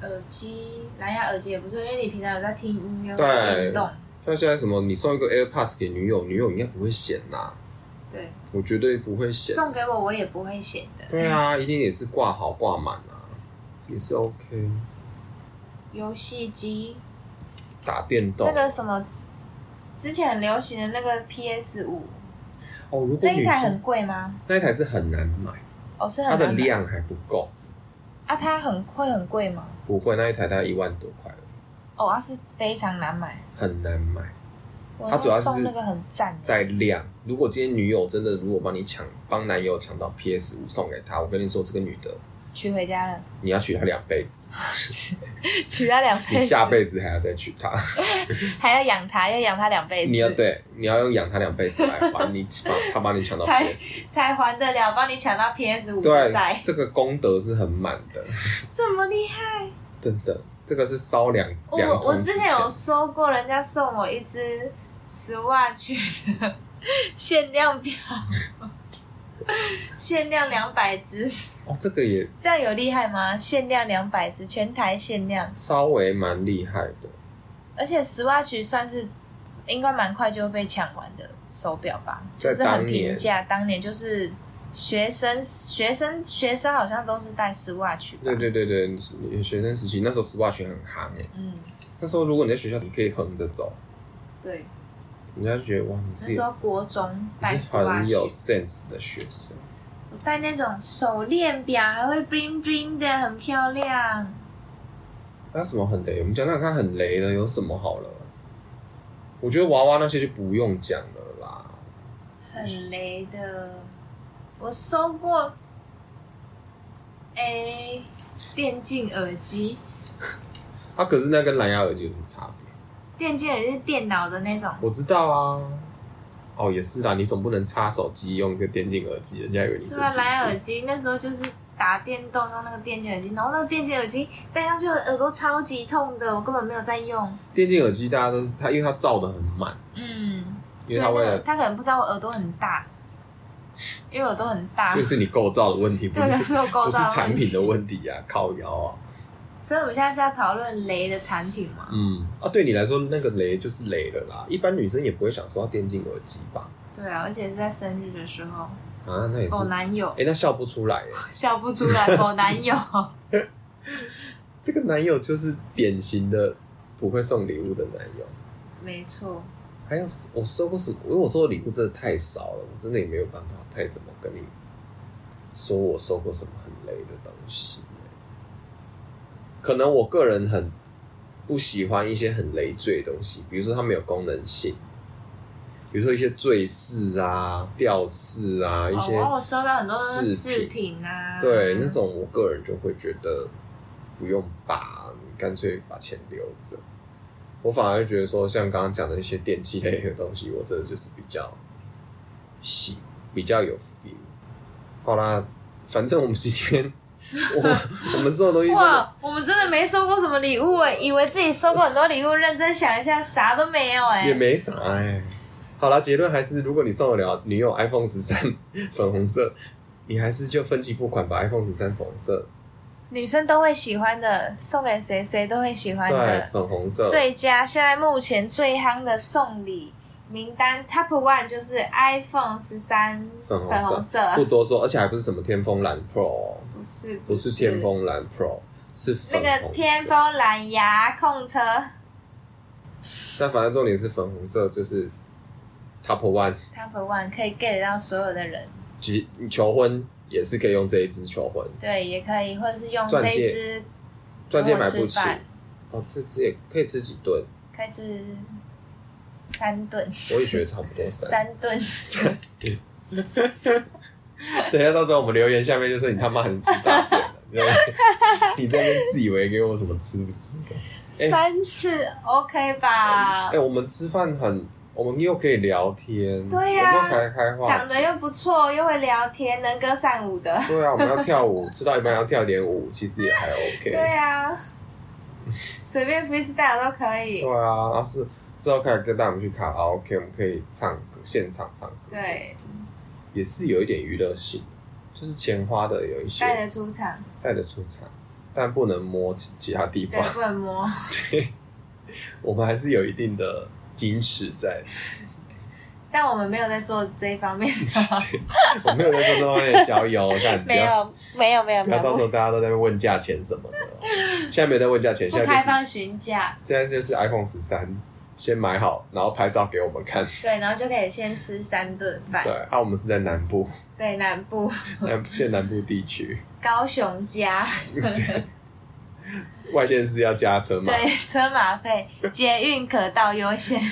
B: 耳机，蓝牙耳机也不错，因为你平常有在听音乐、
A: 对
B: 或运动，
A: 像现在什么，你送一个 AirPods 给女友，女友应该不会嫌呐、
B: 对，
A: 我绝对不会嫌。
B: 送给我我也不会嫌的。
A: 对啊，一定也是挂好挂满啊，也是 OK。
B: 游戏机
A: 打电动、
B: 那个什么，之前很流行的那个 PS 五，
A: 哦，如果
B: 那
A: 女
B: 一台很
A: 生
B: 贵吗？
A: 那一台是很难买，
B: 哦，是
A: 它
B: 很
A: 的
B: 难买
A: 量还不够，
B: 啊，它很会很贵吗？
A: 不会那一台大概一万多块而已，
B: 哦，它是非常难买。
A: 很难买。
B: 我
A: 它主要是
B: 送那个很赞的，
A: 在量。如果今天女友真的如果帮你抢，帮男友抢到 PS 五送给他，我跟你说，这个女的
B: 娶回家了，
A: 你要娶她两辈子，
B: 娶她两辈
A: 你
B: 子，
A: 下辈子还要再娶 她，
B: 还要养她，要养她两辈子，
A: 你要对，你要用养她两辈子来还你把她帮你抢到
B: 才
A: PS 五。
B: 才还得了，帮你抢到 PS 五
A: 对
B: 在，，
A: 这个功德是很满的，
B: 这么厉害。
A: 真的，这个是烧两
B: 我
A: 两
B: 我
A: 桶
B: 之
A: 纸
B: 前
A: 钱。
B: 有收过人家送我一只 Swatch 的限量表，限量两百只，
A: 哦，这个也
B: 这样有厉害吗？限量两百只，全台限量。
A: 稍微蛮厉害的。
B: 而且 Swatch 算是应该蛮快就会被抢完的手表吧，
A: 在
B: 就是
A: 当
B: 很
A: 年
B: 平价。当年就是学生、学生、学生好像都是戴 Swatch 吧。
A: 对对对对，你学生时期那时候 Swatch 很行诶、
B: 嗯，
A: 那时候如果你在学校，你可以横着走，
B: 对，
A: 人家就觉得哇，你是
B: 那时候国中戴
A: 你是很
B: Swatch，
A: 有 sense 的学生。
B: 我戴那种手链表，还会 bling bling 的，很漂亮。
A: 还有什么很雷？我们讲讲看很雷的有什么好了。我觉得娃娃那些就不用讲了啦。
B: 很雷的。我收过，诶、电竞耳机，
A: 啊，可是那跟蓝牙耳机有什么差别？
B: 电竞耳机是电脑的那种，
A: 我知道啊。哦，也是啦，你总不能插手机用一个电竞耳机，人家以为你是
B: 对啊，蓝牙耳机那时候就是打电动用那个电竞耳机，然后那个电竞耳机戴上去我的耳朵超级痛的，我根本没有在用。
A: 电竞耳机，大家都是它，因为它罩的很满，
B: 嗯，
A: 因为它为
B: 那
A: 了
B: 个，他可能不知道我耳朵很大，因为耳朵很大，
A: 所以是你构造的问题，不
B: 对，
A: 是
B: 是我构
A: 不是
B: 造的
A: 产
B: 问题。
A: 品的问题啊，靠腰啊。
B: 所以我们现在是要讨论雷的产品嘛？
A: 嗯，啊，对你来说那个雷就是雷了啦。一般女生也不会想收到电竞耳机吧？
B: 对啊，而且是在生日的时候，
A: 啊，那也是
B: 否男友
A: 哎、那笑不出来耶。
B: 笑不出来，否男友。
A: 这个男友就是典型的不会送礼物的男友。
B: 没错，
A: 还有我收过什么？因为我收的礼物真的太少了，我真的也没有办法太怎么跟你说我收过什么很累的东西。可能我个人很不喜欢一些很累赘的东西，比如说它没有功能性，比如说一些坠饰啊、吊饰啊，一
B: 哦，
A: 些、
B: 然后我收到很多
A: 饰
B: 饰
A: 品
B: 品啊，
A: 对，那种我个人就会觉得不用吧，你干脆把钱留着。我反而会觉得说，像刚刚讲的一些电器类的东西，我真的就是比较喜，比较有 feel。好啦，反正我们今天，我们我们所有东西真的，
B: 哇，我们真的没收过什么礼物哎，以为自己收过很多礼物，认真想一下，啥都没有哎
A: 也。没啥哎、好啦，结论还是，如果你送得了女友 iPhone 十三粉红色，你还是就分期付款把 iPhone 十三粉红色，
B: 女生都会喜欢的，送给谁谁都会喜欢
A: 对，
B: 的。
A: 粉红色，
B: 最佳现在目前最夯的送礼名单 Top One 就是 iPhone 十三
A: 粉红
B: 粉红色，
A: 不多说，而且还不是什么天风蓝 Pro，哦
B: 不是
A: 不是天风蓝 Pro，是
B: 那
A: 粉
B: 个
A: 红色。
B: 天风蓝牙控车
A: 但反正重点是粉红色，就是 Top One，
B: Top One 可以 get 到所有的人，
A: 即求婚也是可以用这一支求婚，
B: 对，也可以，或者是用
A: 钻
B: 这
A: 戒
B: 一支
A: 钻戒买
B: 跟
A: 不
B: 我
A: 起
B: 吃饭。
A: 哦，这支也可以吃几顿，
B: 可以吃三顿，
A: 我也觉得差不多三。
B: 三顿
A: 等一下，到时候我们留言下面就说你他妈很吃大便了，你知 道吗你在那边自以为给我什么吃不吃的？哎
B: 三次 OK 吧
A: 哎、？我们吃饭很，我们又可以聊天，
B: 对啊呀
A: 我们还开话
B: 长
A: 题，
B: 得又不错，又会聊天，能歌善舞的。
A: 对啊，我们要跳舞，吃到一半要跳点舞，其实也还 OK，
B: 对啊，随便 freestyle 都可以
A: 对。啊，然后是是要开始带我们去卡拉 OK，我们可以唱歌，现场唱歌，，
B: 对，
A: 也是有一点娱乐性，就是钱花的有一些
B: 带着出场，
A: 带得出场，但不能摸其其他地
B: 对
A: 方，，
B: 不能摸。
A: 我们还是有一定的矜持在。
B: 但我们没有在做这一方面的，
A: 我没有在做这方面的交友，但 不
B: 没
A: 要
B: 有，没有，没有，
A: 不
B: 没
A: 要
B: 有
A: 到时，候大家都在那边问价钱什么的。现在没有在问价钱，
B: 不
A: 现在
B: 开
A: 就是
B: 放询价。
A: 现在就是 iPhone 十三先买好，然后拍照给我们看。
B: 对，然后就可以先吃三顿饭
A: 对。，啊，我们是在南部，
B: 对，南部
A: 南现在南部地区
B: 高雄家，
A: 外县市要加车嘛，
B: 对，车马费，捷运可到优先。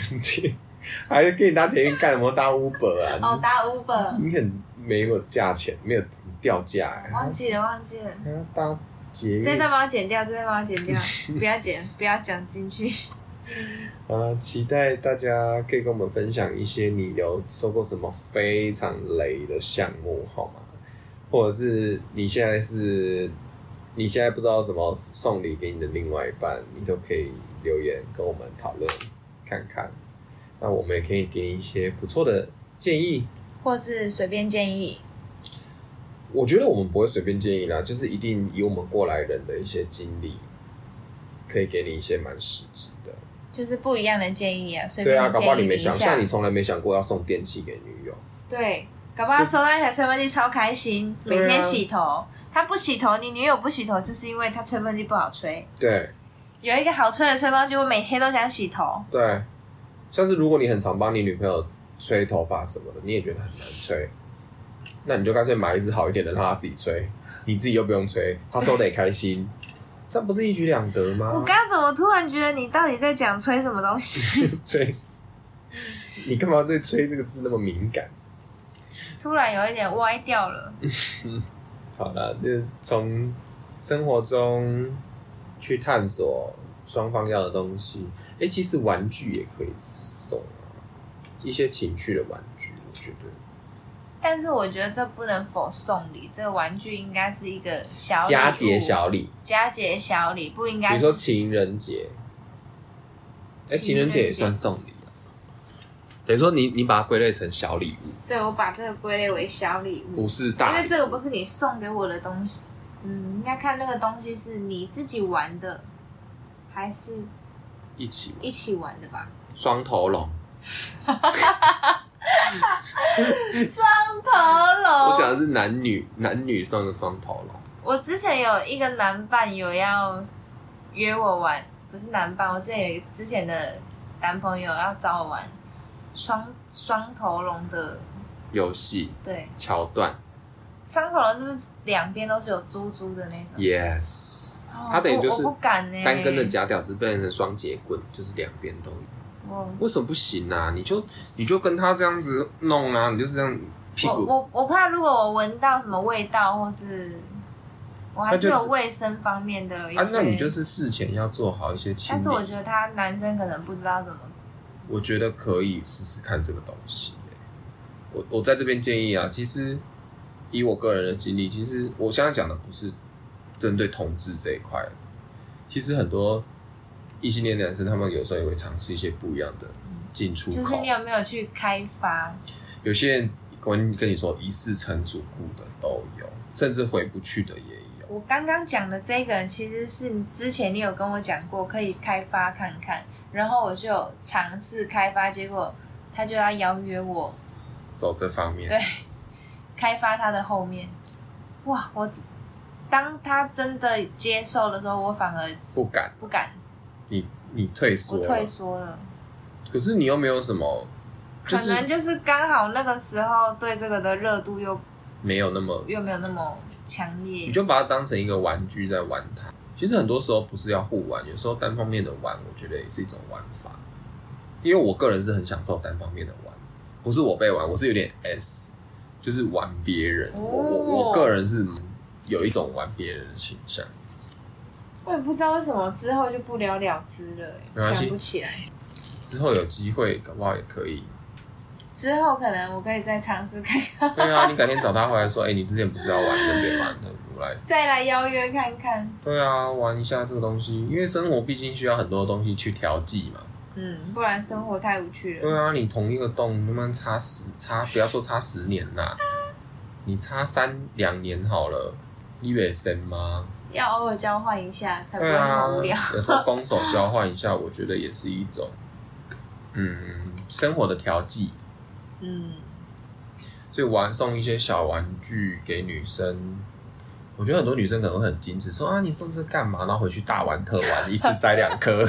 A: 还是给你搭捷运干什么搭 Uber 啊？
B: 哦，搭 Uber，
A: 你很没有价钱，没有掉价、欸，
B: 忘记了，忘记了。
A: 还要搭捷
B: 哦这
A: 运
B: 段帮我剪掉，这段帮 我剪掉，不要剪，不要讲进去。
A: 啊！期待大家可以跟我们分享一些你有收过什么非常雷的项目，好吗？或者是你现在是你现在不知道怎么送礼给你的另外一半，你都可以留言跟我们讨论看看。那我们也可以给你一些不错的建议。
B: 或是随便建议，
A: 我觉得我们不会随便建议啦，就是一定以我们过来人的一些经历，可以给你一些蛮实质的。
B: 就是不一样的建议啊，随
A: 对
B: 便
A: 啊，搞不好
B: 建
A: 你
B: 议
A: 没
B: 一
A: 想，
B: 下
A: 像你。从来没想过要送电器给女友。
B: 对，搞不好收到一台吹风机超开心，每
A: 对啊
B: 天洗头。他不洗头，你女友不洗头，就是因为他吹风机不好吹。
A: 对
B: 有一个好吹的吹风机，我每天都想洗头。
A: 对，像是如果你很常帮你女朋友吹头发什么的，你也觉得很难吹，那你就干脆买一支好一点的，让她自己吹，你自己又不用吹，她收的也开心，这样不是一举两得
B: 我
A: 吗？
B: 刚刚怎么突然觉得你到底在讲吹什么东西？
A: 吹， 你干嘛对“吹”这个字那么敏感？
B: 突然有一点歪掉了。
A: 好了，就从生活中去探索双方要的东西。哎、其实玩具也可以送啊，一些情趣的玩具，我觉得
B: 但是我觉得这不能否送礼，这个玩具应该是一个小礼
A: 佳
B: 物
A: 节小礼，
B: 佳节小礼，不应该
A: 比
B: 是。
A: 如说情人节，哎、情人节也算送礼啊。等于说你你把它归类成小礼物，
B: 对，我把这个归类为小礼物，
A: 不是
B: 因
A: 大
B: 为
A: 礼
B: 这个不是你送给我的东西。嗯，应该看那个东西是你自己玩的，还是
A: 一起玩
B: 一起玩的吧？
A: 双头龙。
B: 双头龙，
A: 我讲的是男女男女送的双头龙，
B: 我之前有一个男伴有要约我玩，不是男伴，我之前有一个之前的男朋友要找我玩双双头龙的，
A: 游戏
B: 对，
A: 桥段
B: 双头龙是不是两边都是有珠珠的那种？
A: ，yes，
B: 哦
A: 它等于就
B: 我
A: 是
B: 我不欸敢呢、
A: 单根的夹屌是变成双节棍，就是两边都有。
B: 我
A: 为什么不行啊？你就你就跟他这样子弄啊，你就是这样屁
B: 我
A: 股，
B: 我我怕如果我闻到什么味道，或是我还是
A: 那就
B: 有
A: 只
B: 卫生方面的一些，
A: 啊，那你就是事前要做好一些清
B: 但
A: 理。
B: 是我觉得他男生可能不知道怎么，
A: 我觉得可以试试看这个东西欸。我我在这边建议啊，其实以我个人的经历，其实我现在讲的不是针对同志这一块，其实很多异性恋男生他们有时候也会尝试一些不一样的进出口。
B: 就是你有没有去开发？
A: 有些人跟跟你说一世成主顾的都有，甚至回不去的也有。
B: 我刚刚讲的这个人其实是你之前你有跟我讲过可以开发看看，然后我就有尝试开发，结果他就要邀约我
A: 走这方面
B: 对，开发他的后面。哇，我只当他真的接受的时候，我反而
A: 不敢，
B: 不敢，
A: 你你退
B: 我
A: 缩了，
B: 退缩了。
A: 可是你又没有什么，就
B: 可能
A: 是
B: 就是刚好那个时候对这个的热度又
A: 没有那么，
B: 又没有那么强烈
A: 你，就把它当成一个玩具在玩它。其实很多时候不是要互玩，有时候单方面的玩，我觉得也是一种玩法。因为我个人是很享受单方面的玩，不是我被玩，我是有点 S，就是玩别人。我我我个人是有一种玩别人的倾向。
B: 我也不知道为什么之后就不了了之了、
A: 没关
B: 欸，
A: 系
B: 想不起来。
A: 之后有机会，搞不好也可以。
B: 之后可能我可以再尝试看看，
A: 对啊，你改天找他回来说，哎、你之前不是要玩跟别玩的，我来
B: 再来邀约看看。
A: 对啊，玩一下这个东西，因为生活毕竟需要很多东西去调剂嘛。
B: 嗯，不然生活太无趣了。
A: 对啊，你同一个洞慢慢插十插，不要说插十年啦，你插三两年好了，你也深吗？
B: 要偶尔交换一下，才不会
A: 对
B: 那
A: 啊
B: 么无聊。，
A: 有时候攻守交换一下，我觉得也是一种，嗯，生活的调剂。
B: 嗯，
A: 所以玩送一些小玩具给女生，我觉得很多女生可能会很矜持，说啊你送这干嘛？然后回去大玩特玩，一次塞两 颗，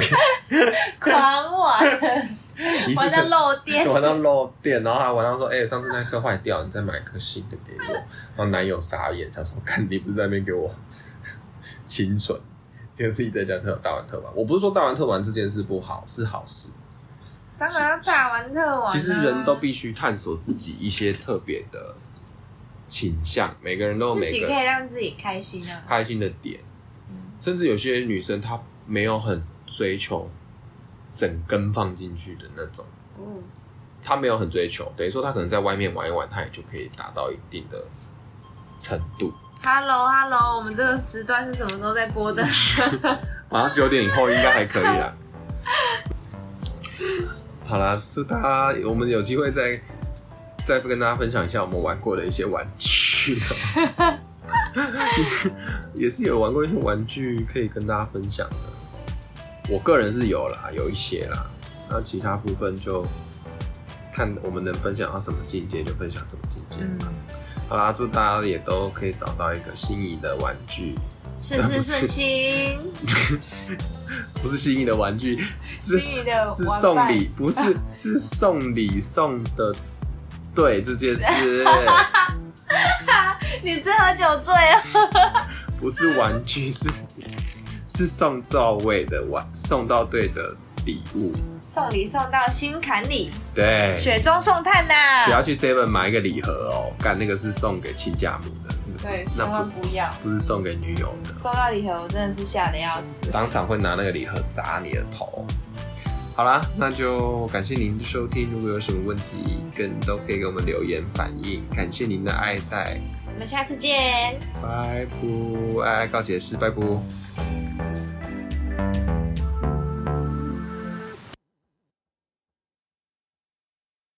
B: 狂玩，
A: 一次
B: 玩到
A: 塞
B: 漏电。
A: 玩到漏电，然后还玩到说：“哎、上次那颗坏掉，你再买一颗新的给我。”然后男友傻眼，想说：“看你不是在那边给我 清纯，觉得自己在家特大玩特玩。”我不是说大玩特玩这件事不好，是好事。
B: 当然要大玩特玩、啊。
A: 其实人都必须探索自己一些特别的倾向，每个人都有
B: 自
A: 每
B: 己
A: 个
B: 可以嗯让自己开心啊。
A: 开心的点，甚至有些女生她没有很追求整根放进去的那种。
B: 嗯，
A: 他没有很追求，等于说他可能在外面玩一玩，他也就可以达到一定的程度。
B: 啊 Hello Hello，我们这个时段是什么时候在播的？
A: 晚上九点以后应该还可以啦。好啦，祝大家我们有机会再再跟大家分享一下我们玩过的一些玩具、喔，也是有玩过一些玩具可以跟大家分享的。我个人是有啦，有一些啦，那其他部分就看我们能分享到什么境界就分享什么境界。
B: 嗯，
A: 好啦，祝大家也都可以找到一个心仪的玩具，
B: 事事顺心，
A: 不是心仪的玩 具，是
B: 心仪的
A: 是
B: 玩
A: 送
B: 伴
A: 礼，不是 是送礼送的，对这件 事
B: 你是喝酒醉啊？
A: 不是玩具，是是送到位的玩，送到对的礼物，
B: 送礼送到心坎里，
A: 对，
B: 雪中送炭
A: 不
B: 呐、
A: 要去 Seven 买一个礼盒哦，干那个是送给亲家母的，那个不
B: 对，
A: 是
B: 千
A: 那
B: 万
A: 不是
B: 不要
A: 不是送给女友的。
B: 收到礼盒，我真的是吓得要死。
A: 当场会拿那个礼盒砸你的头。好啦，那就感谢您的收听。如果有什么问题，跟都可以给我们留言反映。感谢您的爱戴，
B: 我们下次见，
A: 拜不，爱爱告解释，拜不。